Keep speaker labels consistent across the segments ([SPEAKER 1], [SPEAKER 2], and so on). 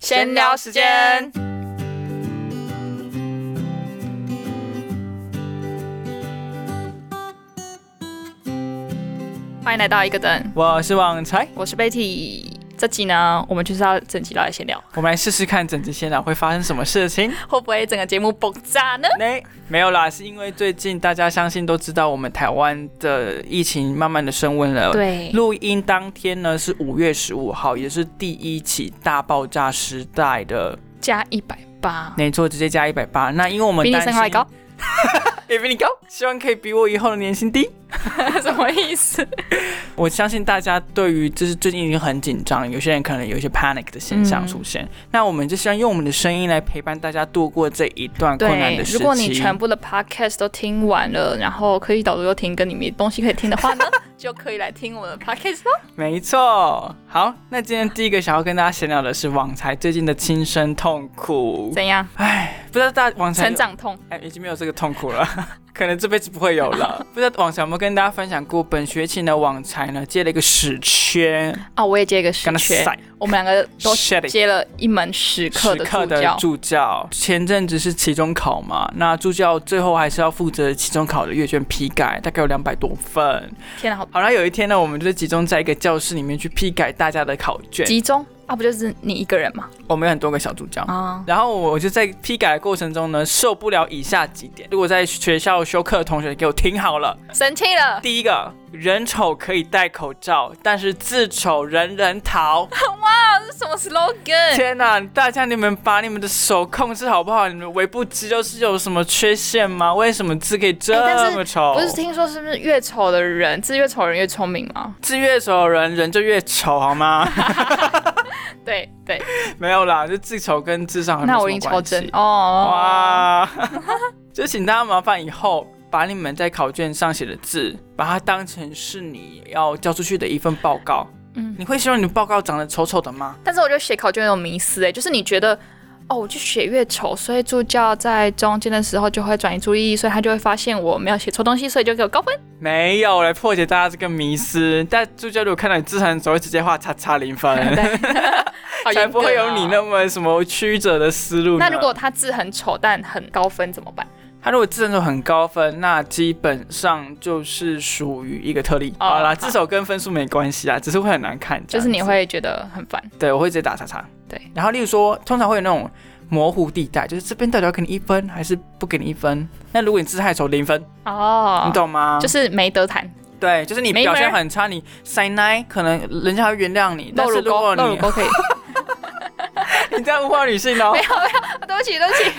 [SPEAKER 1] 闲聊时间。欢迎来到一个灯，
[SPEAKER 2] 我是旺财，
[SPEAKER 1] 我是 Betty。这集呢，我们就是要整集来闲聊，
[SPEAKER 2] 我们来试试看整集闲聊会发生什么 事情。
[SPEAKER 1] 会不会整个节目爆炸呢？
[SPEAKER 2] 没没有啦，是因为最近大家相信都知道，我们台湾的疫情慢慢的升温了。
[SPEAKER 1] 对
[SPEAKER 2] 录音当天呢是五月十五号，也是第一起大爆炸时代的，
[SPEAKER 1] 加一百八，
[SPEAKER 2] 没错，直接加一百八。那因为我们
[SPEAKER 1] 比你
[SPEAKER 2] 担
[SPEAKER 1] 身
[SPEAKER 2] 心
[SPEAKER 1] 高还 高，
[SPEAKER 2] 也比你高，希望可以比我以后的年薪低。
[SPEAKER 1] 什么意思？
[SPEAKER 2] 我相信大家对于就是最近已经很紧张，有些人可能有一些 panic 的现
[SPEAKER 1] 嗯
[SPEAKER 2] 象出现。那我们就希望用我们的声音来陪伴大家度过这一段困难
[SPEAKER 1] 对
[SPEAKER 2] 的，时期。
[SPEAKER 1] 如果你全部的 podcast 都听完了，然后科技导读又听，跟你没东西可以听的 话呢，就可以来听我们的 podcast 咯。
[SPEAKER 2] 没错，好，那今天第一个想要跟大家闲聊的是网才最近的亲身痛苦。
[SPEAKER 1] 怎样？
[SPEAKER 2] 哎，不知道大家网才有
[SPEAKER 1] 成长痛，
[SPEAKER 2] 哎已经没有这个痛苦了， 可能这辈子不会有 了。不知道网才有没有跟大家分享过，本学期呢网才呢接了一个屎缺，
[SPEAKER 1] 啊，我也接一个实
[SPEAKER 2] 跟他
[SPEAKER 1] 缺，
[SPEAKER 2] 塞
[SPEAKER 1] 我们两个都
[SPEAKER 2] shit it
[SPEAKER 1] 接了一门实课
[SPEAKER 2] 时
[SPEAKER 1] 的
[SPEAKER 2] 刻
[SPEAKER 1] 助
[SPEAKER 2] 的
[SPEAKER 1] 教，
[SPEAKER 2] 助教，前阵子是期中考嘛，那助教最后还是要负责期中考的阅卷批改，大概有两百多份。
[SPEAKER 1] 天啊哪，好
[SPEAKER 2] 好了，有一天呢，我们就是集中在一个教室里面去批改大家的考卷，
[SPEAKER 1] 集中啊，不就是你一个人嘛？
[SPEAKER 2] 我们有很多个小助教。
[SPEAKER 1] 啊，
[SPEAKER 2] 然后我就在批改的过程中呢，受不了以下几点。如果在学校休课的同学，给我听好了。
[SPEAKER 1] 生气了，
[SPEAKER 2] 第一个，人丑可以戴口罩，但是字丑人人逃。
[SPEAKER 1] 这是什么 slogan？
[SPEAKER 2] 天哪，大家你们把你们的手控制好不好？你们微不知就是有什么缺陷吗？为什么字可以这
[SPEAKER 1] 哎但是
[SPEAKER 2] 么丑？
[SPEAKER 1] 不是听说是不是越丑的人，字越丑的人越聪明吗？
[SPEAKER 2] 字越丑的人人就越丑好 吗？
[SPEAKER 1] 对对，
[SPEAKER 2] 没有啦，就字丑跟智商很
[SPEAKER 1] 那我已经超真哦。哇，
[SPEAKER 2] 哇！ 就请大家麻烦以后把你们在考卷上写的字，把它当成是你要交出去的一份报告。
[SPEAKER 1] 嗯
[SPEAKER 2] 你会希望你的报告长得丑丑的吗？
[SPEAKER 1] 但是我觉得写考卷有迷思哎、就是你觉得。哦，我就写越丑，所以助教在中间的时候就会转移注意力，所以他就会发现我没有写错东西，所以就给我高分。
[SPEAKER 2] 没有来破解大家这个迷思。但助教如果看到你自残的时候，会直接画叉叉零 分，
[SPEAKER 1] 好
[SPEAKER 2] 才
[SPEAKER 1] 严格
[SPEAKER 2] 不会有
[SPEAKER 1] 哦
[SPEAKER 2] 你那么什么曲折的思路呢。
[SPEAKER 1] 那如果他字很丑但很高分怎么办？
[SPEAKER 2] 他如果自残的时候很高分，那基本上就是属于一个特例。
[SPEAKER 1] 哦
[SPEAKER 2] 好啦，
[SPEAKER 1] 好
[SPEAKER 2] 至少跟分数没关系啊，只是会很难看。
[SPEAKER 1] 就
[SPEAKER 2] 这样
[SPEAKER 1] 是你
[SPEAKER 2] 子
[SPEAKER 1] 会觉得很烦。
[SPEAKER 2] 对，我会直接打叉叉。
[SPEAKER 1] 对，
[SPEAKER 2] 然后例如说，通常会有那种模糊地带，就是这边到底要给你一分还是不给你一分？那如果你姿态丑，零分，
[SPEAKER 1] 哦，
[SPEAKER 2] 你懂吗？
[SPEAKER 1] 就是没得谈，
[SPEAKER 2] 对，就是你
[SPEAKER 1] 没
[SPEAKER 2] 表现
[SPEAKER 1] 门儿
[SPEAKER 2] 很差，你塞奶，可能人家还会原谅你。但
[SPEAKER 1] 露
[SPEAKER 2] 是
[SPEAKER 1] 乳
[SPEAKER 2] 如
[SPEAKER 1] 沟，
[SPEAKER 2] 果
[SPEAKER 1] 露乳
[SPEAKER 2] 你
[SPEAKER 1] 沟可以。
[SPEAKER 2] 你这样物化女性 哦
[SPEAKER 1] 没，有没有，对不起对不起，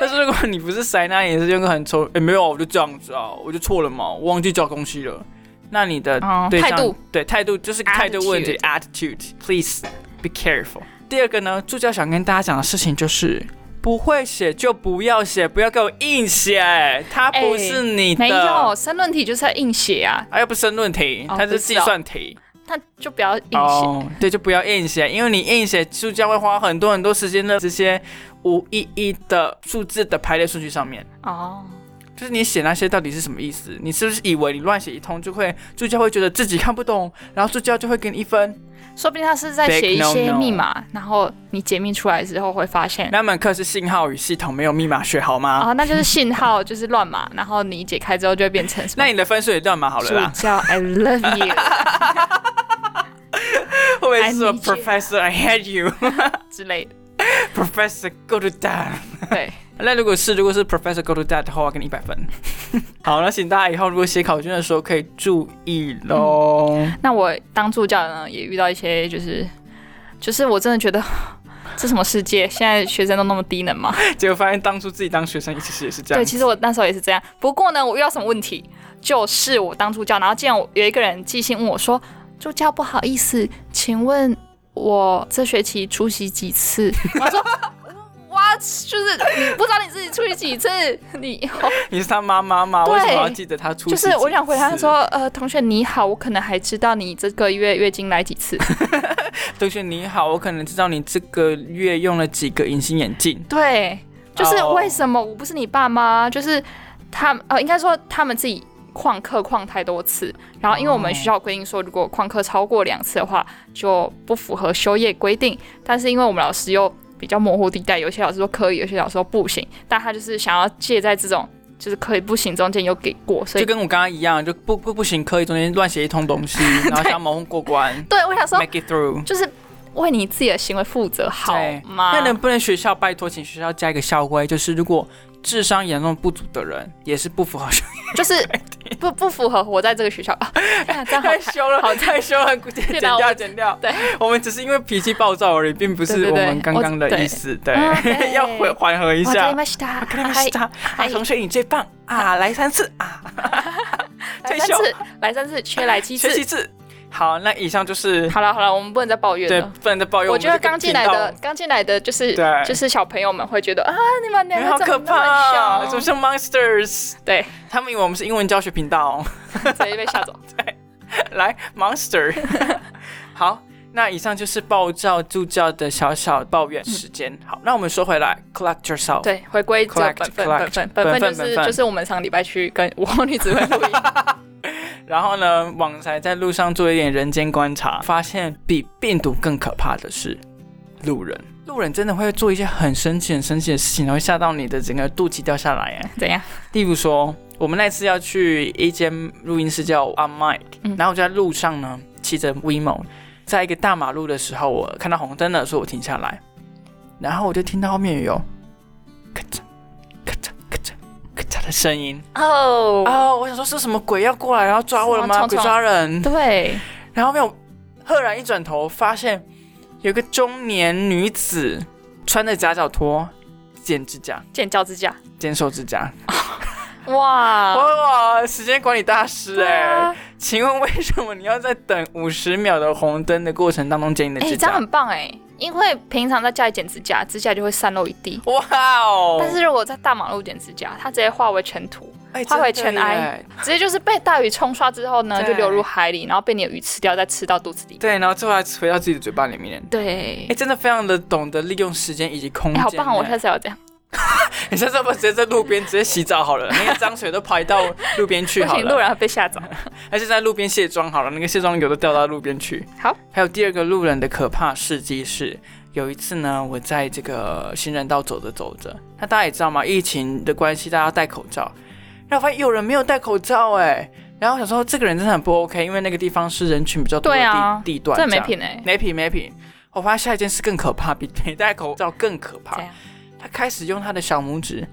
[SPEAKER 2] 但是如果你不是塞奶，也是用个很丑，哎，没有啊，我就这样子啊，我就错了嘛，我忘记交东西了。那你的
[SPEAKER 1] 哦
[SPEAKER 2] 呃对
[SPEAKER 1] 态
[SPEAKER 2] 象
[SPEAKER 1] 度，
[SPEAKER 2] 对态度就是个态度问题，attitude，please be careful。第二个呢，助教想跟大家讲的事情就是。不会写就不要写，不要给我硬写，它不是你的，
[SPEAKER 1] 哎没有申论题就是要硬写啊，
[SPEAKER 2] 啊，又不是申论题，
[SPEAKER 1] 哦
[SPEAKER 2] 它
[SPEAKER 1] 不
[SPEAKER 2] 是
[SPEAKER 1] 是
[SPEAKER 2] 计
[SPEAKER 1] 哦
[SPEAKER 2] 算题。
[SPEAKER 1] 那就不要硬写。
[SPEAKER 2] 哦，对，就不要硬写，因为你硬写，助教会花很多很多时间在这些无意义的数字的排列顺序上面。
[SPEAKER 1] 哦，
[SPEAKER 2] 就是你写那些到底是什么意思？你是不是以为你乱写一通就会助教会觉得自己看不懂，然后助教就会给你一分？
[SPEAKER 1] 说不定他是在
[SPEAKER 2] Big
[SPEAKER 1] 写一些
[SPEAKER 2] no-no
[SPEAKER 1] 密码，然后你解密出来之后会发现。
[SPEAKER 2] 那啊门课是信号与系统，没有密码学，好吗？
[SPEAKER 1] 哦，那就是信号，就是乱码，然后你解开之后就会变成什么
[SPEAKER 2] 那？你的分数也乱码好了啦。
[SPEAKER 1] 助教，I love you
[SPEAKER 2] 会不会是说
[SPEAKER 1] I need you
[SPEAKER 2] Professor I hate you,
[SPEAKER 1] 之类的。
[SPEAKER 2] Professor go to die？
[SPEAKER 1] 对，
[SPEAKER 2] 那如果是如果是 Professor go to die 的话，我给你一百分。 好，那请大家以后如果写考卷的时候可以注意喽。
[SPEAKER 1] 那我当助教呢，也遇到一些就是，就是我真的觉得 这什么世界，现在学生都那么低能吗？
[SPEAKER 2] 结果发现当初自己当学生其实也是这样
[SPEAKER 1] 对，。其实我那时候也是这样。不过呢，我遇到什么问题，就是我当助教，然后竟然我有一个人寄信问我说：“助教，不好意思，请问我这学期出席几次？”我说。 哇，就是你不知道你自己出席几次，你、
[SPEAKER 2] 你是他妈妈吗？
[SPEAKER 1] 对
[SPEAKER 2] 为什么要记得他出？
[SPEAKER 1] 就是我想回答他，说，呃，同学你好，我可能还知道你这个月月经来几次，
[SPEAKER 2] 同学你好，我可能知道你这个月用了几个隐形眼镜。
[SPEAKER 1] 对，就是
[SPEAKER 2] 哦
[SPEAKER 1] 为什么我不是你爸妈？就是他们呃，应该说他们自己旷课旷太多次，然后因为我们
[SPEAKER 2] 哦
[SPEAKER 1] 学校规定说，如果旷课超过两次的话，就不符合休业规定。但是因为我们老师又比较模糊地带，有些老师说可以，有些老师说不行，但他就是想要借在这种就是可以不行中间有给过，所以
[SPEAKER 2] 就跟我刚刚一样，就不不不行，刻意中间乱写一通 东西，然后想蒙混过关
[SPEAKER 1] 对我想 说
[SPEAKER 2] ，make it through。
[SPEAKER 1] 就是为你自己的行为负责好
[SPEAKER 2] 对
[SPEAKER 1] 吗？
[SPEAKER 2] 那能不能学校拜托，请学校加一个校规，就是如果智商严重不足的人，也是不符合学
[SPEAKER 1] 就是不不符合我在这个学校啊，那这样好
[SPEAKER 2] 太羞了，
[SPEAKER 1] 好
[SPEAKER 2] 太羞 了，剪
[SPEAKER 1] 到
[SPEAKER 2] 掉
[SPEAKER 1] 我
[SPEAKER 2] 剪掉。
[SPEAKER 1] 对，
[SPEAKER 2] 我们只是因为脾气暴躁而已，并不
[SPEAKER 1] 对
[SPEAKER 2] 是
[SPEAKER 1] 对
[SPEAKER 2] 我
[SPEAKER 1] 对
[SPEAKER 2] 们刚刚
[SPEAKER 1] 我
[SPEAKER 2] 的
[SPEAKER 1] 对
[SPEAKER 2] 意思。对
[SPEAKER 1] 啊对，
[SPEAKER 2] 要缓缓和一
[SPEAKER 1] わか
[SPEAKER 2] 下
[SPEAKER 1] り。ました。
[SPEAKER 2] 克莱
[SPEAKER 1] は
[SPEAKER 2] 西
[SPEAKER 1] い
[SPEAKER 2] 塔，啊，
[SPEAKER 1] 嗨
[SPEAKER 2] 同学你最棒啊！来三次 啊，
[SPEAKER 1] 来
[SPEAKER 2] 退
[SPEAKER 1] 三
[SPEAKER 2] 休
[SPEAKER 1] 次，来三次，缺来七次
[SPEAKER 2] 学。习次。好，那以上就是
[SPEAKER 1] 好了好了，我们不能再抱怨
[SPEAKER 2] 对
[SPEAKER 1] 了。
[SPEAKER 2] 不能再抱怨。
[SPEAKER 1] 我觉得
[SPEAKER 2] 哎们这个
[SPEAKER 1] 刚进来的
[SPEAKER 2] 频道，
[SPEAKER 1] 刚进来的就是
[SPEAKER 2] 对
[SPEAKER 1] 就是小朋友们会觉得啊，你们两
[SPEAKER 2] 哎好
[SPEAKER 1] 个
[SPEAKER 2] 可
[SPEAKER 1] 怎么那
[SPEAKER 2] 怕啊，
[SPEAKER 1] 么
[SPEAKER 2] 怎么
[SPEAKER 1] 凶？
[SPEAKER 2] 像 monsters？
[SPEAKER 1] 对，
[SPEAKER 2] 他们以为我们是英文教学频道。
[SPEAKER 1] 直接被吓走。
[SPEAKER 2] 来，monster。好，那以上就是暴躁助教的小小抱怨时间。好，那我们说回来，collect yourself。
[SPEAKER 1] 嗯对，回归这
[SPEAKER 2] Collect,
[SPEAKER 1] 本分
[SPEAKER 2] collect，
[SPEAKER 1] 本分
[SPEAKER 2] 本
[SPEAKER 1] 本分就
[SPEAKER 2] 分
[SPEAKER 1] 是
[SPEAKER 2] 本分
[SPEAKER 1] 就是我们上礼拜去跟午后女子会录音，
[SPEAKER 2] 然后呢，网才在路上做一点人间观察，发现比病毒更可怕的是路人。路人真的会做一些很生气、很生气的事情，然后会吓到你的整个肚脐掉下来。哎，
[SPEAKER 1] 怎样？
[SPEAKER 2] 例如说，我们那次要去一间录音室叫 On Mic，、
[SPEAKER 1] 嗯
[SPEAKER 2] 然后我就在路上呢骑着 WeMo，在一个大马路的时候，我看到红灯了，所以我停下来，然后我就听到后面有咔嚓、咔嚓、咔嚓、咔嚓的声音。
[SPEAKER 1] 哦，
[SPEAKER 2] 哦，我想说是什么鬼要过来，然后抓我了
[SPEAKER 1] 什
[SPEAKER 2] 吗？
[SPEAKER 1] 么虫
[SPEAKER 2] 鬼
[SPEAKER 1] 虫
[SPEAKER 2] 抓人！
[SPEAKER 1] 对，
[SPEAKER 2] 然后没有，赫然一转头发现有个中年女子穿着夹脚拖剪指甲、
[SPEAKER 1] 建教支架，
[SPEAKER 2] 剪手指甲。
[SPEAKER 1] 哇，
[SPEAKER 2] 哇，时间管理大师
[SPEAKER 1] 对
[SPEAKER 2] 哎、
[SPEAKER 1] 啊，
[SPEAKER 2] 请问为什么你要在等五十秒的红灯的过程当中剪你的
[SPEAKER 1] 哎，
[SPEAKER 2] 指
[SPEAKER 1] 这样
[SPEAKER 2] 甲？
[SPEAKER 1] 很棒哎，因为平常在家里剪指甲，指甲就会散落一地，
[SPEAKER 2] 哇哦！
[SPEAKER 1] 但是如果在大马路剪指甲，它直接化为尘土，
[SPEAKER 2] 哎
[SPEAKER 1] 化为
[SPEAKER 2] 真
[SPEAKER 1] 尘
[SPEAKER 2] 的
[SPEAKER 1] 埃
[SPEAKER 2] 耶
[SPEAKER 1] 直接就是被大雨冲刷之后呢，
[SPEAKER 2] 对
[SPEAKER 1] 就流入海里，然后被你的鱼吃掉，再吃到肚子里。
[SPEAKER 2] 对，然后最后还回到自己的嘴巴里面。
[SPEAKER 1] 对
[SPEAKER 2] 哎、，真的非常的懂得利用时间以及空
[SPEAKER 1] 哎，
[SPEAKER 2] 间、
[SPEAKER 1] 好棒哦！我
[SPEAKER 2] 哎
[SPEAKER 1] 下次要这样，
[SPEAKER 2] 你下次要不要直接在路边直接洗澡好了？那个脏水都排到路边去
[SPEAKER 1] 不
[SPEAKER 2] 好
[SPEAKER 1] 行，路
[SPEAKER 2] 了，
[SPEAKER 1] 人会被吓走。
[SPEAKER 2] 还是在路边卸妆好了？那个卸妆油都掉到路边去。
[SPEAKER 1] 好，
[SPEAKER 2] 还有第二个路人的可怕事迹是，有一次呢，我在这个行人道走着走着，那大家也知道嘛，疫情的关系，大家要戴口罩。那我发现有人没有戴口罩哎、然后我想说这个人真的很不 OK，因为那个地方是人群比较多的地、
[SPEAKER 1] 对啊
[SPEAKER 2] 地段，
[SPEAKER 1] 这没，品哎、
[SPEAKER 2] 没品没品。我发现下一件事更可怕，比没戴口罩更可怕
[SPEAKER 1] 这。样
[SPEAKER 2] 他开始用他的小拇指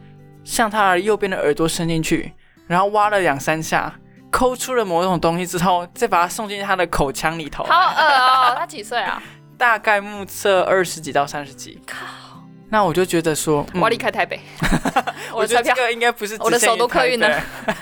[SPEAKER 2] 向他的右边的耳朵伸进去，然后挖了两三下，抠出了某种东西之后，再把它送进他的口腔里头。
[SPEAKER 1] 好恶哦、他几岁啊？
[SPEAKER 2] 大概目测二十几到三十几。
[SPEAKER 1] 靠！
[SPEAKER 2] 那我就觉得说，嗯
[SPEAKER 1] 我要离开台北，我
[SPEAKER 2] 我
[SPEAKER 1] 的
[SPEAKER 2] 觉得
[SPEAKER 1] 车票
[SPEAKER 2] 这个应该不是
[SPEAKER 1] 我的
[SPEAKER 2] 只限
[SPEAKER 1] 首
[SPEAKER 2] 于
[SPEAKER 1] 都客运呢
[SPEAKER 2] 台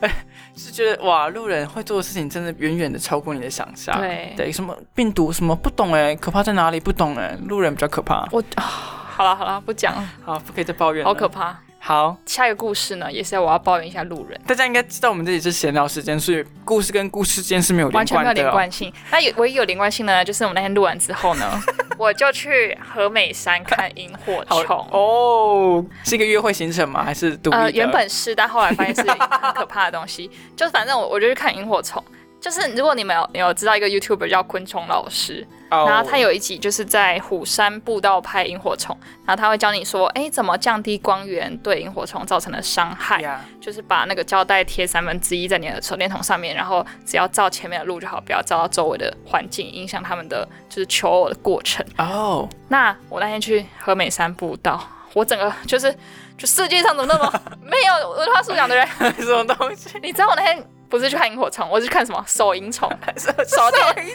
[SPEAKER 2] 北。 是觉得哇，路人会做的事情真的远远的超过你的想象。
[SPEAKER 1] 对
[SPEAKER 2] 啊对，什么病毒什么不懂哎、可怕在哪里？不懂哎、路人比较可怕。
[SPEAKER 1] 我、啊好了好了，不讲了，
[SPEAKER 2] 好，不可以再抱怨了。
[SPEAKER 1] 好可怕。
[SPEAKER 2] 好，
[SPEAKER 1] 下一个故事呢，也是我要抱怨一下路人，
[SPEAKER 2] 大家应该知道我们这里是闲聊时间，所以故事跟故事之间是没有
[SPEAKER 1] 完
[SPEAKER 2] 连
[SPEAKER 1] 全没有
[SPEAKER 2] 贯的、
[SPEAKER 1] 连
[SPEAKER 2] 哦。
[SPEAKER 1] 贯性。那有唯一有连贯性的呢，就是我们那天录完之后 呢，我就去和美山看萤火
[SPEAKER 2] 好
[SPEAKER 1] 虫。
[SPEAKER 2] 哦，是一个约会行程吗？还是独立的？
[SPEAKER 1] 呃，原本是，但后来发现是一个很可怕的东 西。就是反正我我就去看萤火虫。就是如果你们有你有知道一个 YouTuber 叫昆虫老师，
[SPEAKER 2] 哦，
[SPEAKER 1] 然后他有一集就是在虎山步道拍萤火虫，然后他会教你说，哎，怎么降低光源对萤火虫造成的伤害
[SPEAKER 2] 呀
[SPEAKER 1] 就是把那个胶带贴三分之一在你的手电筒上面，然后只要照前面的路就好，不要照到周围的环境，影响他们的就是求偶的过程。
[SPEAKER 2] 哦，
[SPEAKER 1] 那我那天去和美山步道，我整个就是就世界上怎么那么没有文化素养的人？
[SPEAKER 2] 什么东西？
[SPEAKER 1] 你知道我那天不是去看萤火虫，我是去看什么手萤虫、
[SPEAKER 2] 手
[SPEAKER 1] 手电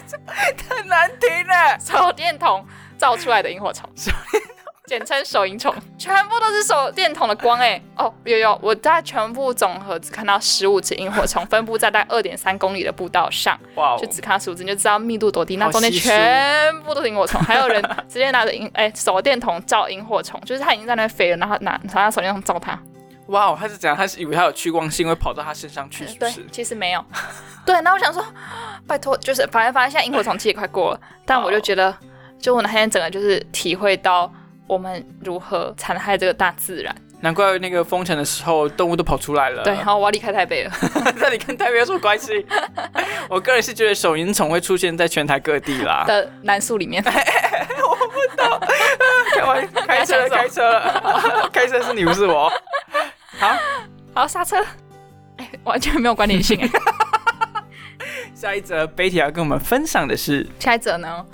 [SPEAKER 2] 很难听欸嘞。
[SPEAKER 1] 手电筒照出来的萤火虫，简称手萤虫，全部都是手电筒的光哎、哦，有有，我在全部总和只看到十五只萤火虫，分布在大概二点三公里的步道上。
[SPEAKER 2] 哇哦
[SPEAKER 1] 就，只看到数字，你就知道密度多低。那
[SPEAKER 2] 好
[SPEAKER 1] 中间
[SPEAKER 2] 稀疏
[SPEAKER 1] 全部都是萤火虫， 还有人直接拿着萤哎、手电筒照萤火虫，就是他已经在那边飞了，然后拿拿拿手电筒照它。
[SPEAKER 2] 哇哦，他是怎样？他是以为他有趋光性会跑到他身上去，是不
[SPEAKER 1] 对
[SPEAKER 2] 是，？
[SPEAKER 1] 其实没有。对，那我想说，啊拜托， 就是反正反正现在萤火虫季也快过了，
[SPEAKER 2] 哦
[SPEAKER 1] 但我就觉得，就我那天整个就是体会到我们如何残害这个大自然。
[SPEAKER 2] 难怪那个封城的时候，动物都跑出来了。
[SPEAKER 1] 对， 然，后我要离开台北了。
[SPEAKER 2] 那你跟台北有什么关系？ 我个人是觉得手淫虫会出现在全台各地啦。
[SPEAKER 1] 的南树里面。我不
[SPEAKER 2] 车了， 开车是你不是我。好，
[SPEAKER 1] 好，刹车。哎、完全没有关联性哎。
[SPEAKER 2] 下一则 Betty 要跟我们分享的是，
[SPEAKER 1] 下一则呢，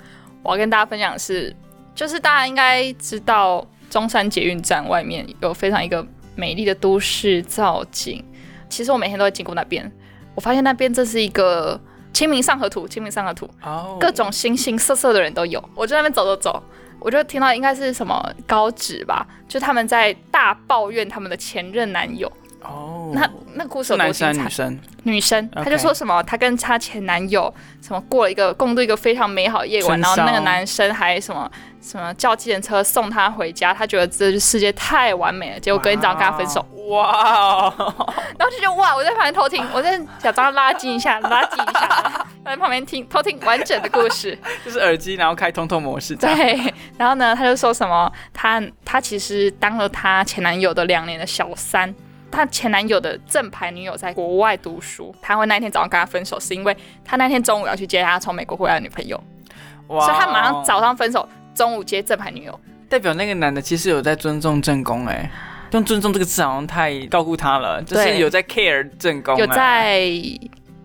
[SPEAKER 1] 我要跟大家分享的是，就是大家应该知道中山捷运站外面有非常一个美丽的都市造景。其实我每天都会经过那边，我发现那边这是一个清明上河图，清明上河图，
[SPEAKER 2] 哦
[SPEAKER 1] 各种形形色色的人都有。我就在那边走走走，我就听到应该是什么高职吧，就他们在大抱怨他们的前任男友。
[SPEAKER 2] 哦，
[SPEAKER 1] 那那故事
[SPEAKER 2] 是
[SPEAKER 1] 有多
[SPEAKER 2] 男
[SPEAKER 1] 精
[SPEAKER 2] 生
[SPEAKER 1] 彩
[SPEAKER 2] 女？生
[SPEAKER 1] 女生，
[SPEAKER 2] OK
[SPEAKER 1] 她就说什么，她跟她前男友什么过了一个共度一个非常美好的夜晚，
[SPEAKER 2] 春
[SPEAKER 1] 然后
[SPEAKER 2] 宵
[SPEAKER 1] 那个男生还什么什么叫计程车送她回家，她觉得这个世界太完美了，结果隔天早上跟她分手，。
[SPEAKER 2] 哇哦，
[SPEAKER 1] 然后就觉得哇，我在旁边偷听，我在假装拉近一下，拉近一下， 在旁边听偷听完整的故事，
[SPEAKER 2] 就是耳机然后开通透模式，这 样
[SPEAKER 1] 对，然后呢，她就说什么，她她其实当了她前男友的两年的小三。她前男友的正牌女友在国外读书，她会那一天早上跟他分手，是因为她那天中午要去接她从美国回来的女朋友，
[SPEAKER 2] 哇哦
[SPEAKER 1] 所以她马上早上分手，中午接正牌女友。
[SPEAKER 2] 代表那个男的其实有在尊重正宫哎、用尊重这个字好像太高估他了，就是
[SPEAKER 1] 对
[SPEAKER 2] 有在 care 正宫、欸，
[SPEAKER 1] 有在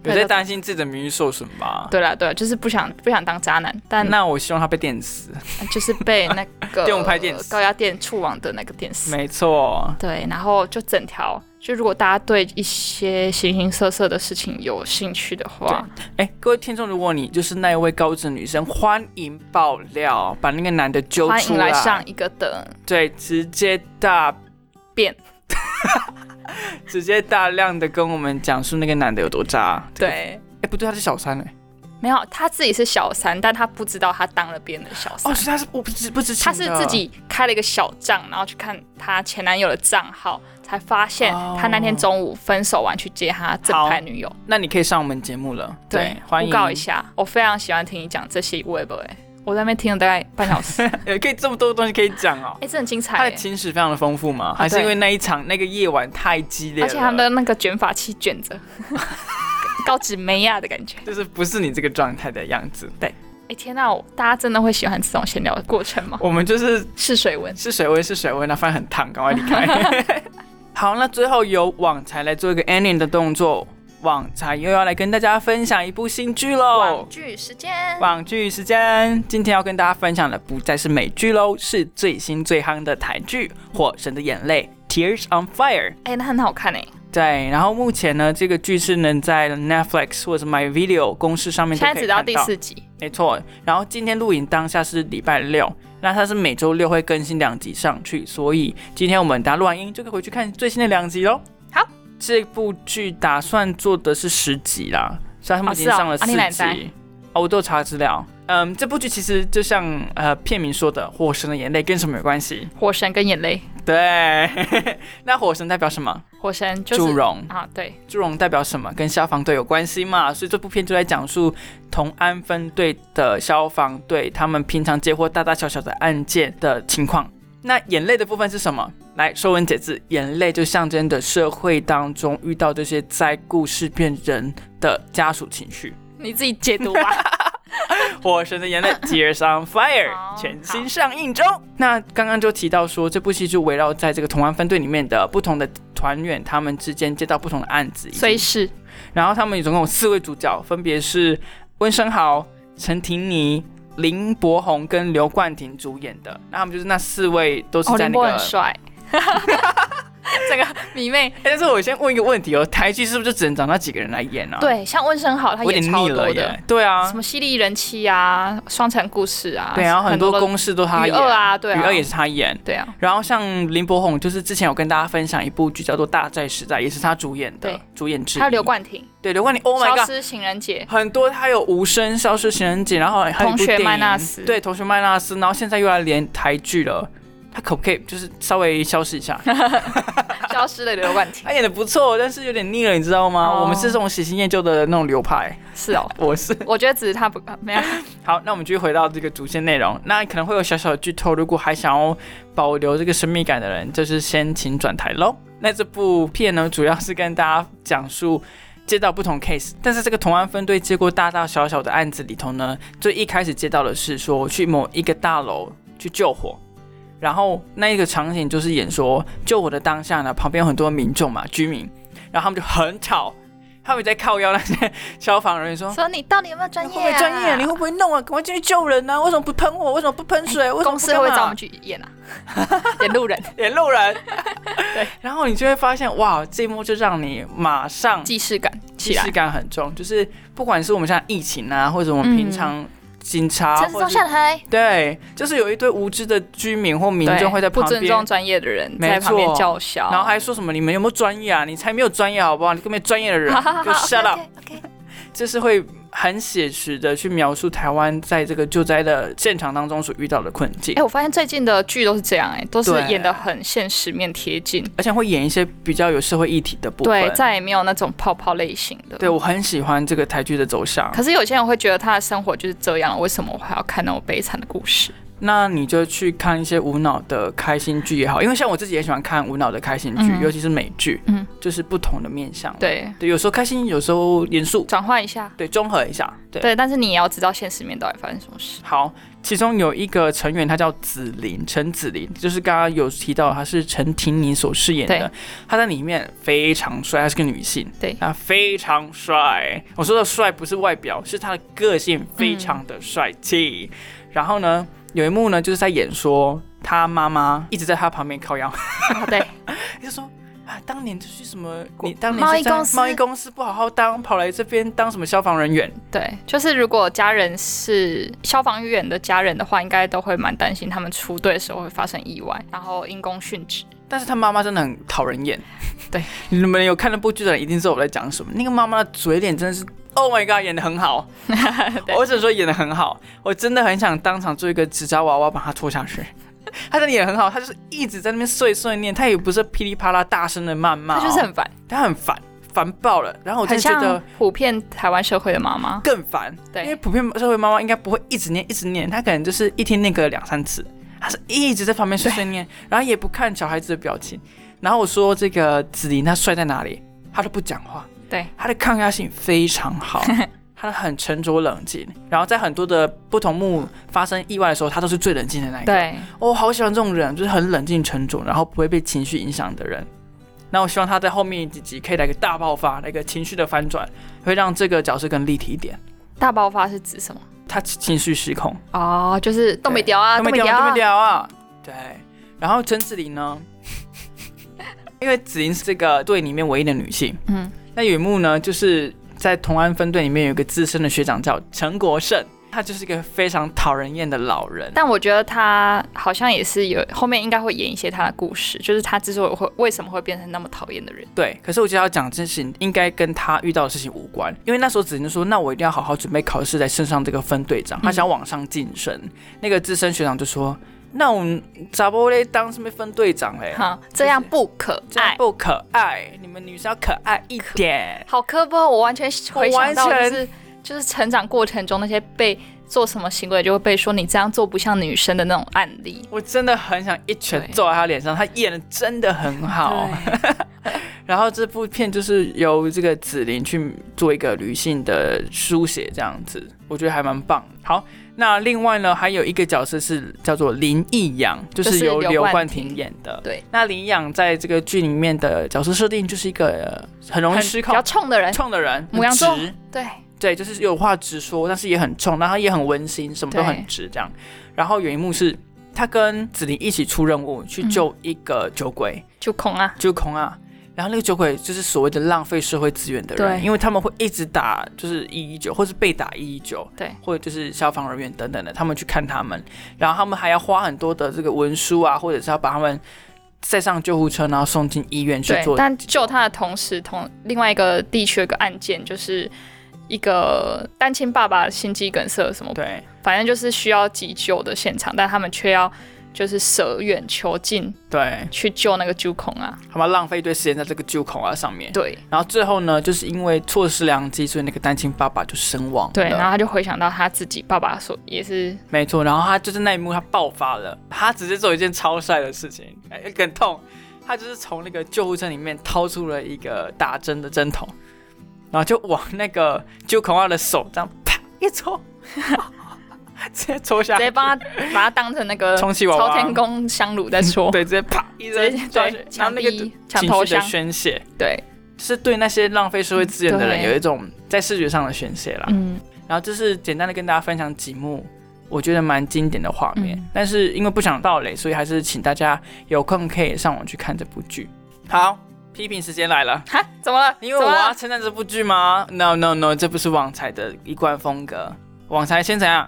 [SPEAKER 2] 有在担心自己的名誉受损吧？
[SPEAKER 1] 对啦对啦，就是不想不想当渣男，但
[SPEAKER 2] 那我希望他被电死，
[SPEAKER 1] 就是被那个
[SPEAKER 2] 电蚊拍电死
[SPEAKER 1] 高压电触网的那个电死。
[SPEAKER 2] 没错，
[SPEAKER 1] 对，然后就整条，就如果大家对一些形形色色的事情有兴趣的话，
[SPEAKER 2] 哎、各位听众，如果你就是那一位高知女生，欢迎爆料，把那个男的揪出
[SPEAKER 1] 欢迎来上一个的
[SPEAKER 2] 对，直接大
[SPEAKER 1] 变，
[SPEAKER 2] 直接大量的跟我们讲述那个男的有多渣。这个，哎、
[SPEAKER 1] 对。
[SPEAKER 2] 不对，他是小三哎、
[SPEAKER 1] 没有，他自己是小三，但他不知道他当了别人的小三。
[SPEAKER 2] 哦，所以他是我不知不知情
[SPEAKER 1] 她
[SPEAKER 2] 的
[SPEAKER 1] 是自己开了一个小账，然后去看她前男友的账号，才发现
[SPEAKER 2] 哦
[SPEAKER 1] 她那天中午分手完去接她正牌女友。
[SPEAKER 2] 那你可以上我们节目了，欢
[SPEAKER 1] 诬
[SPEAKER 2] 迎
[SPEAKER 1] 告一，下。我非常喜欢听你讲这些 web 哎、我在那边听了大概半小 时，哎、
[SPEAKER 2] 呃 可以这么多东西可以讲哦。
[SPEAKER 1] 这很精彩、
[SPEAKER 2] 他的
[SPEAKER 1] 哎
[SPEAKER 2] 情史非常的丰富嘛，还是
[SPEAKER 1] 啊对
[SPEAKER 2] 因为那一场那个夜晚太激烈了，
[SPEAKER 1] 而且他们的那个卷发器卷着， 高指梅亚的感觉。
[SPEAKER 2] 就是不是你这个状态的样子。对，
[SPEAKER 1] 哎、天哪、大家真的会喜欢这种闲聊的过程吗？
[SPEAKER 2] 我们就是
[SPEAKER 1] 试水温，
[SPEAKER 2] 是水温是水温，那饭很烫，赶快离 开。好，那最后由网才来做一个 ending 的动作，网才又要来跟大家分享一部新剧喽
[SPEAKER 1] 网。剧时间。
[SPEAKER 2] 网剧时间，今天要跟大家分享的不再是美剧喽，是最新最夯的台剧《火神的眼泪》（Tears on Fire）。
[SPEAKER 1] 哎、那很好看哎、
[SPEAKER 2] 对，然后目前呢，这个剧是能在 Netflix 或者 My Video 公式上面都
[SPEAKER 1] 现
[SPEAKER 2] 可以
[SPEAKER 1] 在
[SPEAKER 2] 看
[SPEAKER 1] 只到第四集，
[SPEAKER 2] 没错，然后今天录影当下是礼拜六，那它是每周六会更新两集上去，所以今天我们大家录完音就可以回去看最新的两集喽。
[SPEAKER 1] 好，
[SPEAKER 2] 这部剧打算做的是十集啦，所以他们已
[SPEAKER 1] 哦
[SPEAKER 2] 经
[SPEAKER 1] 是哦
[SPEAKER 2] 上了四
[SPEAKER 1] 啊你哪知
[SPEAKER 2] 集。哦，我都有查资料。嗯，这部剧其实就像呃片名说的，《火神的眼泪》跟什么有关系？
[SPEAKER 1] 《火神》跟眼泪，
[SPEAKER 2] 对， 那火神代表什么？
[SPEAKER 1] 《火神》就是
[SPEAKER 2] 祝融。
[SPEAKER 1] 啊，对，
[SPEAKER 2] 祝融代表什么？跟消防队有关系嘛？所以这部片就在讲述同安分队的消防队他们平常接获大大小小的案件的情况。那眼泪的部分是什么？来，说文解字，眼泪就象征着社会当中遇到这些灾故事变人的家属情绪。
[SPEAKER 1] 你自己解读 吧。
[SPEAKER 2] 火神的眼泪 Tears on Fire
[SPEAKER 1] 好
[SPEAKER 2] 全新上映中。那刚刚就提到说，这部戏就围绕在这个同安分队里面的不同的团员，他们之间接到不同的案子，以及
[SPEAKER 1] 所以是
[SPEAKER 2] 然后他们总共有四位主角，分别是温升豪、陈婷妮、林柏宏跟刘冠廷主演的。那他们就是那四位都是
[SPEAKER 1] 哦，
[SPEAKER 2] 在
[SPEAKER 1] 林
[SPEAKER 2] 那
[SPEAKER 1] 波
[SPEAKER 2] 个。
[SPEAKER 1] 很帅， 整个迷 妹。
[SPEAKER 2] 哎但是我先问一个问题哦，台剧是不是就只能找那几个人来演啊？，
[SPEAKER 1] 对，像温升好，他
[SPEAKER 2] 我有
[SPEAKER 1] 演
[SPEAKER 2] 点
[SPEAKER 1] 超
[SPEAKER 2] 腻
[SPEAKER 1] 多
[SPEAKER 2] 了
[SPEAKER 1] 的
[SPEAKER 2] 耶。。对啊
[SPEAKER 1] 什，么犀利人妻啊，双城故事啊，
[SPEAKER 2] 对，然后很多
[SPEAKER 1] 的
[SPEAKER 2] 公式都他
[SPEAKER 1] 余
[SPEAKER 2] 演，
[SPEAKER 1] 二啊，对
[SPEAKER 2] 余
[SPEAKER 1] 啊，
[SPEAKER 2] 二也是他演。
[SPEAKER 1] 对啊，
[SPEAKER 2] 然后像林柏宏，就是之前有跟大家分享一部剧叫做《大债时代》，也是他主演的
[SPEAKER 1] 对，
[SPEAKER 2] 主演之一。
[SPEAKER 1] 还有刘冠廷，
[SPEAKER 2] 对刘冠廷，Oh my
[SPEAKER 1] 消
[SPEAKER 2] god，
[SPEAKER 1] 失情人 节，
[SPEAKER 2] 很多他有无声消失情人节，然后还有一部
[SPEAKER 1] 同学
[SPEAKER 2] 电影
[SPEAKER 1] 麦纳斯
[SPEAKER 2] 对同学麦纳斯，然后现在又来连台剧了，他可不可以就是稍微消失 一下？
[SPEAKER 1] 消失的刘冠廷，
[SPEAKER 2] 他演的不错，但是有点腻了，你知道吗？
[SPEAKER 1] 哦
[SPEAKER 2] 我们是这种喜新厌旧的那种流派，
[SPEAKER 1] 是哦，
[SPEAKER 2] 我是。
[SPEAKER 1] 我觉得只是他不没有，
[SPEAKER 2] 好，那我们继续回到这个主线内容，那可能会有小小的剧透，如果还想要保留这个神秘感的人，就是先请转台喽。那这部片呢，主要是跟大家讲述。接到不同 case，但是这个同安分队接过大大小小的案子里头呢，最一开始接到的是说去某一个大楼去救火，然后那一个场景就是演说，就我的当下呢，旁边有很多民众嘛，居民，然后他们就很吵，他们在靠腰那些消防人员说。
[SPEAKER 1] 说你到底有没有
[SPEAKER 2] 你
[SPEAKER 1] 专
[SPEAKER 2] 会
[SPEAKER 1] 业、
[SPEAKER 2] 不
[SPEAKER 1] 啊？
[SPEAKER 2] 会专业啊？你会不会弄啊？赶快进去救人啊！为什么不喷我？为什么不喷水？为什么
[SPEAKER 1] 哎公
[SPEAKER 2] 不
[SPEAKER 1] 司
[SPEAKER 2] 干
[SPEAKER 1] 会
[SPEAKER 2] 嘛
[SPEAKER 1] 不会找我们去演 啊？演路人，
[SPEAKER 2] 演路 人？对，然后你就会发现，哇，这一幕就让你马上
[SPEAKER 1] 既视感
[SPEAKER 2] 即
[SPEAKER 1] 起来
[SPEAKER 2] 视，感很重，就是不管是我们像疫情啊，或者我们
[SPEAKER 1] 嗯
[SPEAKER 2] 平常警察，
[SPEAKER 1] 陈志
[SPEAKER 2] 啊或者
[SPEAKER 1] 忠
[SPEAKER 2] 是
[SPEAKER 1] 下台，
[SPEAKER 2] 对，就是有一堆无知的居民或民
[SPEAKER 1] 对
[SPEAKER 2] 众会在
[SPEAKER 1] 不
[SPEAKER 2] 旁
[SPEAKER 1] 尊
[SPEAKER 2] 边，
[SPEAKER 1] 重专业的人
[SPEAKER 2] 没
[SPEAKER 1] 在旁边
[SPEAKER 2] 错
[SPEAKER 1] 叫嚣，
[SPEAKER 2] 然后还说什么你们有没有专业啊？你才没有专业好不好？你根本没专业的 人，就 shut up。
[SPEAKER 1] OK，
[SPEAKER 2] 就是会很写实的去描述台湾在这个救灾的现场当中所遇到的困境
[SPEAKER 1] 哎、，我发现最近的剧都是这样、哎，都是
[SPEAKER 2] 对
[SPEAKER 1] 演的很现实面贴近，
[SPEAKER 2] 而且会演一些比较有社会议题的部
[SPEAKER 1] 对
[SPEAKER 2] 分，。
[SPEAKER 1] 再也没有那种泡泡类型的。
[SPEAKER 2] 对，我很喜欢这个台剧的走向。
[SPEAKER 1] 可是有些人会觉得他的生活就是这样，为什么我还要看那种悲惨的故事？
[SPEAKER 2] 那你就去看一些无脑的开心剧也好，因为像我自己也喜欢看无脑的开心剧，
[SPEAKER 1] 嗯
[SPEAKER 2] 尤其是美剧，
[SPEAKER 1] 嗯，
[SPEAKER 2] 就是不同的面向。
[SPEAKER 1] 对，
[SPEAKER 2] 对，有时候开心，有时候严肃，
[SPEAKER 1] 转换一下。
[SPEAKER 2] 对，综合一下。对，
[SPEAKER 1] 对，但是你也要知道现实面到底发生什么 事。
[SPEAKER 2] 好，其中有一个成员，他叫紫菱，陈紫菱，就是刚刚有提到，他是陈婷妮所饰演的
[SPEAKER 1] 对。
[SPEAKER 2] 他在里面非常帅，他是个女性，
[SPEAKER 1] 对
[SPEAKER 2] 他非常帅。我说的帅不是外表，是他的个性非常的帅气。然后呢，有一幕呢，就是在演说，他妈妈一直在他旁边靠腰，
[SPEAKER 1] 啊、对，
[SPEAKER 2] 就说。啊，当年就是什么？
[SPEAKER 1] 国
[SPEAKER 2] 你当年
[SPEAKER 1] 贸
[SPEAKER 2] 是
[SPEAKER 1] 易
[SPEAKER 2] 在
[SPEAKER 1] 公司
[SPEAKER 2] 贸易公司不好好当，跑来这边当什么消防人员？
[SPEAKER 1] 对，就是如果家人是消防员的家人的话，应该都会蛮担心他们出队的时候会发生意外，然后因公殉职。
[SPEAKER 2] 但是他妈妈真的很讨 人厌。
[SPEAKER 1] 对，
[SPEAKER 2] 你们有看那部剧的人一定知道我在讲什么。那个妈妈的嘴脸真的是，Oh my god，演的很好。 我只能说演的很好，我真的很想当场做一个纸扎娃娃把她拖下 去。她真的演得很好，她就是一直在那边碎碎念，她也不是噼里啪啦大声的谩骂、
[SPEAKER 1] 他
[SPEAKER 2] 哦，
[SPEAKER 1] 就是很烦，
[SPEAKER 2] 她很烦，烦爆了。然后我真
[SPEAKER 1] 很
[SPEAKER 2] 的觉
[SPEAKER 1] 像
[SPEAKER 2] 得
[SPEAKER 1] 普遍台湾社会的妈妈。
[SPEAKER 2] 更烦，
[SPEAKER 1] 对
[SPEAKER 2] 因为普遍社会妈妈应该不会一直念一直念，她可能就是一天念个两三次，她是一直在旁边碎碎念，然后也不看小孩子的表情。然后我说这个子琳她帅在哪里，她都不讲话，
[SPEAKER 1] 对，
[SPEAKER 2] 她的抗压性非常 好，她很沉着冷静，然后在很多的不同幕发生意外的时候，她都是最冷静的那一个。
[SPEAKER 1] 对，
[SPEAKER 2] 我好喜欢这种人，就是很冷静沉着，然后不会被情绪影响的人。那我希望他在后面几集可以来个大爆发，来个情绪的翻转，会让这个角色更立体一点。
[SPEAKER 1] 大爆发是指什么？
[SPEAKER 2] 他情绪失控，
[SPEAKER 1] 哦，就是东北屌啊，
[SPEAKER 2] 都没
[SPEAKER 1] 屌
[SPEAKER 2] 聊，都
[SPEAKER 1] 啊
[SPEAKER 2] 没，聊啊。对，然后陈子琳呢， 因为子琳是这个队里面唯一的女性，
[SPEAKER 1] 嗯，
[SPEAKER 2] 那有一幕呢，就是在同安分队里面有一个资深的学长叫陈国胜，他就是一个非常讨人厌的老人。
[SPEAKER 1] 但我觉得他好像也是有后面应该会演一些他的故事，就是他之所以会为什么会变成那么讨厌的人。
[SPEAKER 2] 对，可是我觉得要讲这事情应该跟他遇到的事情无关，因为那时候子琳就说，那我一定要好好准备考试，来升上这个分队长，
[SPEAKER 1] 嗯
[SPEAKER 2] 他想往上晋升。那个资深学长就说，那我们咋不嘞当什么分队长欸嘞？
[SPEAKER 1] 哈，这样不可
[SPEAKER 2] 这样
[SPEAKER 1] 爱，
[SPEAKER 2] 不可爱，你们女生要可爱一点。
[SPEAKER 1] 好磕巴，我完全回想到
[SPEAKER 2] 我
[SPEAKER 1] 就
[SPEAKER 2] 完
[SPEAKER 1] 是就是成长过程中那些被做什么行为就会被说你这样做不像女生的那种案例。
[SPEAKER 2] 我真的很想一拳
[SPEAKER 1] 对
[SPEAKER 2] 揍在他脸上，他演的真的很好。
[SPEAKER 1] 对
[SPEAKER 2] 然后这部片就是由这个紫菱去做一个女性的书写，这样子，我觉得还蛮棒。好，那另外呢，还有一个角色是叫做林逸阳，就
[SPEAKER 1] 就是是
[SPEAKER 2] 由
[SPEAKER 1] 刘
[SPEAKER 2] 刘
[SPEAKER 1] 冠
[SPEAKER 2] 冠
[SPEAKER 1] 廷
[SPEAKER 2] 廷演的。
[SPEAKER 1] 对，
[SPEAKER 2] 那林逸阳在这个剧里面的角色设定就是一个呃很容易
[SPEAKER 1] 很
[SPEAKER 2] 失
[SPEAKER 1] 比
[SPEAKER 2] 控
[SPEAKER 1] 较、冲的人，
[SPEAKER 2] 冲的人，
[SPEAKER 1] 母羊
[SPEAKER 2] 很
[SPEAKER 1] 座
[SPEAKER 2] 直
[SPEAKER 1] 对，
[SPEAKER 2] 对，就是有话直说，但是也很冲，然后也很温馨，什么都很直这样。然后有一幕是他跟子琳一起出任务
[SPEAKER 1] 嗯
[SPEAKER 2] 去救一个酒鬼，
[SPEAKER 1] 就恐啊，
[SPEAKER 2] 救空啊。然后那个酒鬼就是所谓的浪费社会资源的人，
[SPEAKER 1] 对
[SPEAKER 2] 因为他们会一直打，就是一一九，或是被打一一九，
[SPEAKER 1] 对，
[SPEAKER 2] 或者就是消防人员等等的，他们去看他们，然后他们还要花很多的这个文书啊，或者是要把他们载上救护车，然后送进医院去
[SPEAKER 1] 对
[SPEAKER 2] 做，。
[SPEAKER 1] 但救他的同时，同另外一个地区有一个案件，就是一个单亲爸爸心肌梗塞什么，
[SPEAKER 2] 对，
[SPEAKER 1] 反正就是需要急救的现场，但他们却要就是舍远求近
[SPEAKER 2] 对，
[SPEAKER 1] 去救那个朱孔啊。
[SPEAKER 2] 他们浪费一堆时间在这个救空啊上面。
[SPEAKER 1] 对
[SPEAKER 2] 然后最后呢，就是因为错失良机，所以那个单亲爸爸就身亡了。
[SPEAKER 1] 对，然后他就回想到他自己爸爸所也 是
[SPEAKER 2] 没错，然后他就是那一幕他爆发了，他直接做一件超帅的事情， 哎，很痛，他就是从那个救护车里面掏出了一个打针的针筒，然后就往那个救孔二的手这样啪一戳， 直接抽下
[SPEAKER 1] 直，接帮他把它当成那个
[SPEAKER 2] 充气娃娃
[SPEAKER 1] 朝天宫香炉在戳，
[SPEAKER 2] 对，直接啪一
[SPEAKER 1] 直
[SPEAKER 2] 扔
[SPEAKER 1] 接
[SPEAKER 2] 下去
[SPEAKER 1] 对，
[SPEAKER 2] 然后
[SPEAKER 1] 墙
[SPEAKER 2] 那个
[SPEAKER 1] 壁墙
[SPEAKER 2] 情
[SPEAKER 1] 头
[SPEAKER 2] 绪的
[SPEAKER 1] 香，
[SPEAKER 2] 宣泄，
[SPEAKER 1] 对，
[SPEAKER 2] 是对那些浪费社会资源的人
[SPEAKER 1] 嗯对
[SPEAKER 2] 有一种在视觉上的宣泄啦。
[SPEAKER 1] 嗯，
[SPEAKER 2] 然后这是简单的跟大家分享几幕，我觉得蛮经典的画面。
[SPEAKER 1] 嗯
[SPEAKER 2] 但是因为不想暴雷，所以还是请大家有空可以上网去看这部剧。好，批评时间来了。
[SPEAKER 1] 哈，怎么了？
[SPEAKER 2] 因为
[SPEAKER 1] 怎
[SPEAKER 2] 我
[SPEAKER 1] 么
[SPEAKER 2] 要
[SPEAKER 1] 了
[SPEAKER 2] 称赞这部剧吗？No No No，这不是网才的一贯风格。网才先怎样？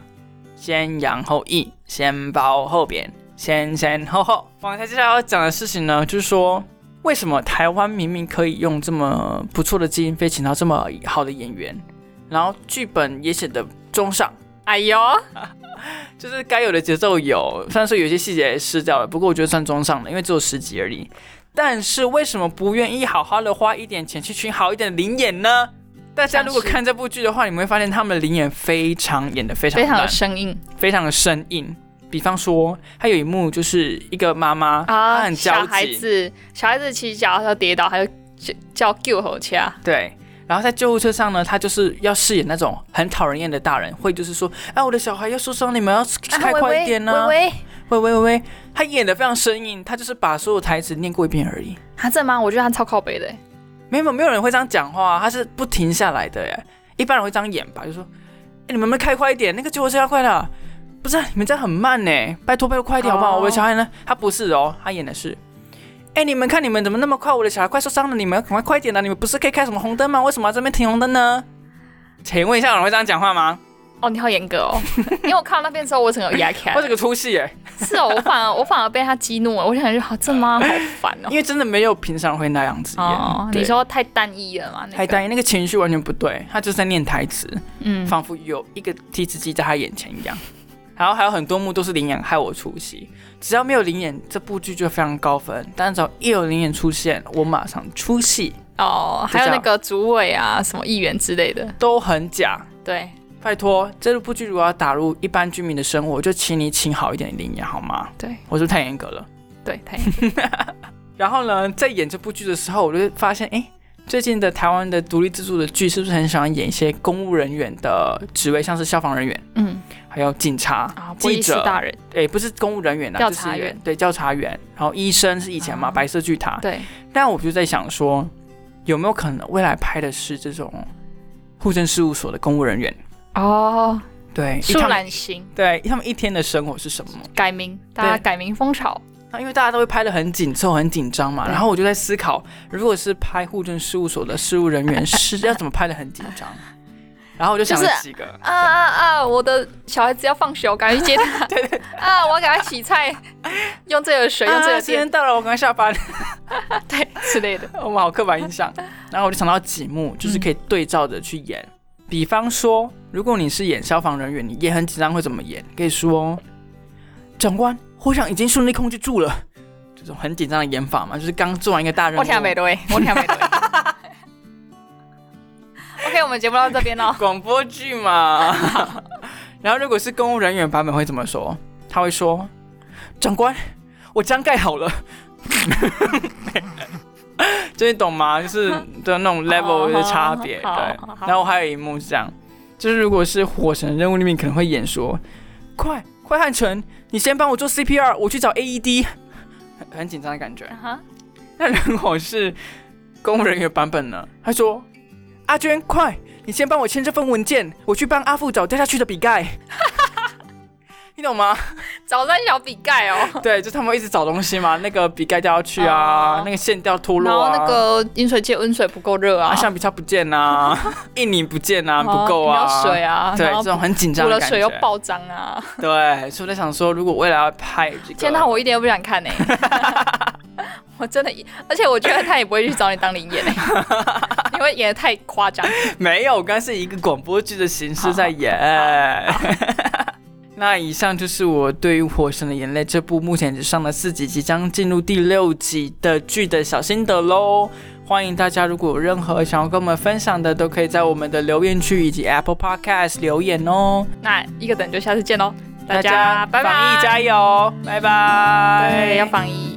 [SPEAKER 2] 先扬后抑，先褒后贬，先先后后。网才接下来要讲的事情呢，就是说为什么台湾明明可以用这么不错的基因飞，请到这么好的演员，然后剧本也写的中上，
[SPEAKER 1] 哎呦，
[SPEAKER 2] 就是该有的节奏有，虽然说有些细节失掉了，不过我觉得算中上了，因为只有十集而已。但是为什么不愿意好好的花一点钱去请好一点的灵演呢？大家如果
[SPEAKER 1] 像是
[SPEAKER 2] 看这部剧的话，你们会发现他们的灵演非常演的非常
[SPEAKER 1] 非常
[SPEAKER 2] 烂
[SPEAKER 1] 有，生硬
[SPEAKER 2] 非常的生硬。比方说，他有一幕就是一个妈妈，她
[SPEAKER 1] 啊！
[SPEAKER 2] 很
[SPEAKER 1] 小
[SPEAKER 2] 焦
[SPEAKER 1] 孩
[SPEAKER 2] 急，
[SPEAKER 1] 子，小孩子骑脚踏车跌倒，还就叫救护车，
[SPEAKER 2] 对。然后在救护车上呢，她就是要饰演那种很讨人厌的大人，会就是说，哎、我的小孩要受伤，你们要开快一点呢、
[SPEAKER 1] 啊喂喂，喂喂
[SPEAKER 2] 喂喂喂喂，他演的非常生硬，他就是把所有台词念过一遍而已。
[SPEAKER 1] 啊，这吗？我觉得他超靠北的欸，
[SPEAKER 2] 没有没有人会这样讲话、啊他是不停下来的耶。一般人会这样演吧，就说：“哎、你们能不能开快一点？那个救护车要快了。”不是，啊你们这样很慢呢，拜托拜托快一点好不好
[SPEAKER 1] 哦
[SPEAKER 2] 我的小孩呢？他不是哦，他演的是：“哎、你们看你们怎么那么快？我的小孩快受伤了，你们赶快快一点啊！你们不是可以开什么红灯吗？为什么要这边停红灯呢？”请问一下，有人会这样讲话吗？
[SPEAKER 1] 哦，你好严格 哦，因为我看到那边之后，我整个有压起来
[SPEAKER 2] 我。这个出戏耶，
[SPEAKER 1] 是哦，我反而我反而被他激怒了，我想说，好、这吗？好烦哦
[SPEAKER 2] 因。为真的没有平常会那样子演。
[SPEAKER 1] 哦，
[SPEAKER 2] 啊对
[SPEAKER 1] 你说太单一了嘛？那个、
[SPEAKER 2] 太，单一，那个情绪完全不对，他就是在念台词，
[SPEAKER 1] 嗯，
[SPEAKER 2] 仿佛有一个提词机在他眼前一样。然后还有很多幕都是林演害我出戏，只要没有林演，这部剧就非常高分。但只要一有林演出现，我马上出戏，
[SPEAKER 1] 哦，
[SPEAKER 2] 就
[SPEAKER 1] 还有
[SPEAKER 2] 这样
[SPEAKER 1] 那个主委啊，什么议员之类的，
[SPEAKER 2] 都很假。
[SPEAKER 1] 对，
[SPEAKER 2] 拜托，这部剧如果要打入一般居民的生活，就请你请好一点的林演好吗？
[SPEAKER 1] 对，
[SPEAKER 2] 我是不是太严格了。
[SPEAKER 1] 对， 太
[SPEAKER 2] 然后呢，在演这部剧的时候，我就发现，哎，最近的台湾的独立制作的剧是不是很喜欢演一些公务人员的职位，像是消防人员，
[SPEAKER 1] 嗯
[SPEAKER 2] 还有警察、
[SPEAKER 1] 啊，波
[SPEAKER 2] 记
[SPEAKER 1] 伊斯
[SPEAKER 2] 者、
[SPEAKER 1] 大人，
[SPEAKER 2] 诶，不是公务人员啊，
[SPEAKER 1] 调查员
[SPEAKER 2] 就是对调查员，然后医生是以前嘛、
[SPEAKER 1] 啊
[SPEAKER 2] 白色巨塔，
[SPEAKER 1] 对，
[SPEAKER 2] 但我就在想说，有没有可能未来拍的是这种户政事务所的公务人员？
[SPEAKER 1] 哦，
[SPEAKER 2] 对，啊一
[SPEAKER 1] 树
[SPEAKER 2] 他们
[SPEAKER 1] 懒型
[SPEAKER 2] 对他们一天的生活是什么？
[SPEAKER 1] 改名，大家
[SPEAKER 2] 对
[SPEAKER 1] 改名风潮，
[SPEAKER 2] 那因为大家都会拍的很紧凑、很紧张嘛，
[SPEAKER 1] 对
[SPEAKER 2] 然后我就在思考，如果是拍户政事务所的事务人员 是要怎么拍的很紧张，然后我就想了
[SPEAKER 1] 就是
[SPEAKER 2] 几个，
[SPEAKER 1] 啊啊啊！我的小孩子要放学，我赶快去接 他，啊，我要给他洗菜，用这个水，用这
[SPEAKER 2] 啊
[SPEAKER 1] 个
[SPEAKER 2] 时
[SPEAKER 1] 电，
[SPEAKER 2] 间到了，我赶快下班。
[SPEAKER 1] 对之类 的，
[SPEAKER 2] 我们好刻板印象。然后我就想到几幕，就是可以对照着去演。比方说，如果你是演消防人员，你也很紧张，会怎么演？可以说，长官，火场已经顺利控制住了，这种很紧张的演法嘛，就是刚做完一个大任务。
[SPEAKER 1] 我听美队，
[SPEAKER 2] 嗯
[SPEAKER 1] 我听美队。OK，我们节目到这边喽。
[SPEAKER 2] 广播剧嘛。 然后如果是公务人员版本会怎么说？他会说：“长官，我章盖好了。” 就是你懂吗？就是的那 种 level 的差别。
[SPEAKER 1] 好好
[SPEAKER 2] 对
[SPEAKER 1] 好。好
[SPEAKER 2] 然后我还有一幕是这样，就是如果是火神任务里面可能会演说：“快快汉城，你先帮我做 CPR，我去找 AED。”很很紧张的感觉。
[SPEAKER 1] 啊哈
[SPEAKER 2] 那如果是公务人员版本呢？他说：“阿娟，快，你先帮我签这份文件，我去帮阿富找掉下去的 笔盖。”你懂吗？
[SPEAKER 1] 早上小笔盖哦，
[SPEAKER 2] 对，就他们会一直找东西嘛，那个笔盖掉下去啊，
[SPEAKER 1] 哦
[SPEAKER 2] 那个线掉脱
[SPEAKER 1] 然
[SPEAKER 2] 落
[SPEAKER 1] 后
[SPEAKER 2] 啊，
[SPEAKER 1] 那个饮水机的温水不够热啊
[SPEAKER 2] 啊，橡皮擦不见 啊，印泥不见啊，不够
[SPEAKER 1] 饮料
[SPEAKER 2] 啊，
[SPEAKER 1] 水啊，
[SPEAKER 2] 对，
[SPEAKER 1] 然后
[SPEAKER 2] 这种很紧张
[SPEAKER 1] 补
[SPEAKER 2] 的
[SPEAKER 1] 了
[SPEAKER 2] 感
[SPEAKER 1] 水又
[SPEAKER 2] 觉。
[SPEAKER 1] 暴涨啊！
[SPEAKER 2] 对，所以我在想说，如果未来要拍这个，
[SPEAKER 1] 天哪，我一点都不想看 呢、我真的，而且我觉得他也不会去找你当灵 演、欸，因为演的太夸张。
[SPEAKER 2] 没有，我刚刚是以一个广播剧的形式在演。 那以上就是我对于《火神的眼泪》这部目前只上了四集，即将进入第六集的剧的小心得喽。欢迎大家，如果有任何想要跟我们分享的，都可以在我们的留言区以及 Apple Podcast 留言哦。
[SPEAKER 1] 那一个等就下次见喽，大家拜拜，
[SPEAKER 2] 防疫加油，拜拜。
[SPEAKER 1] 对，要防疫。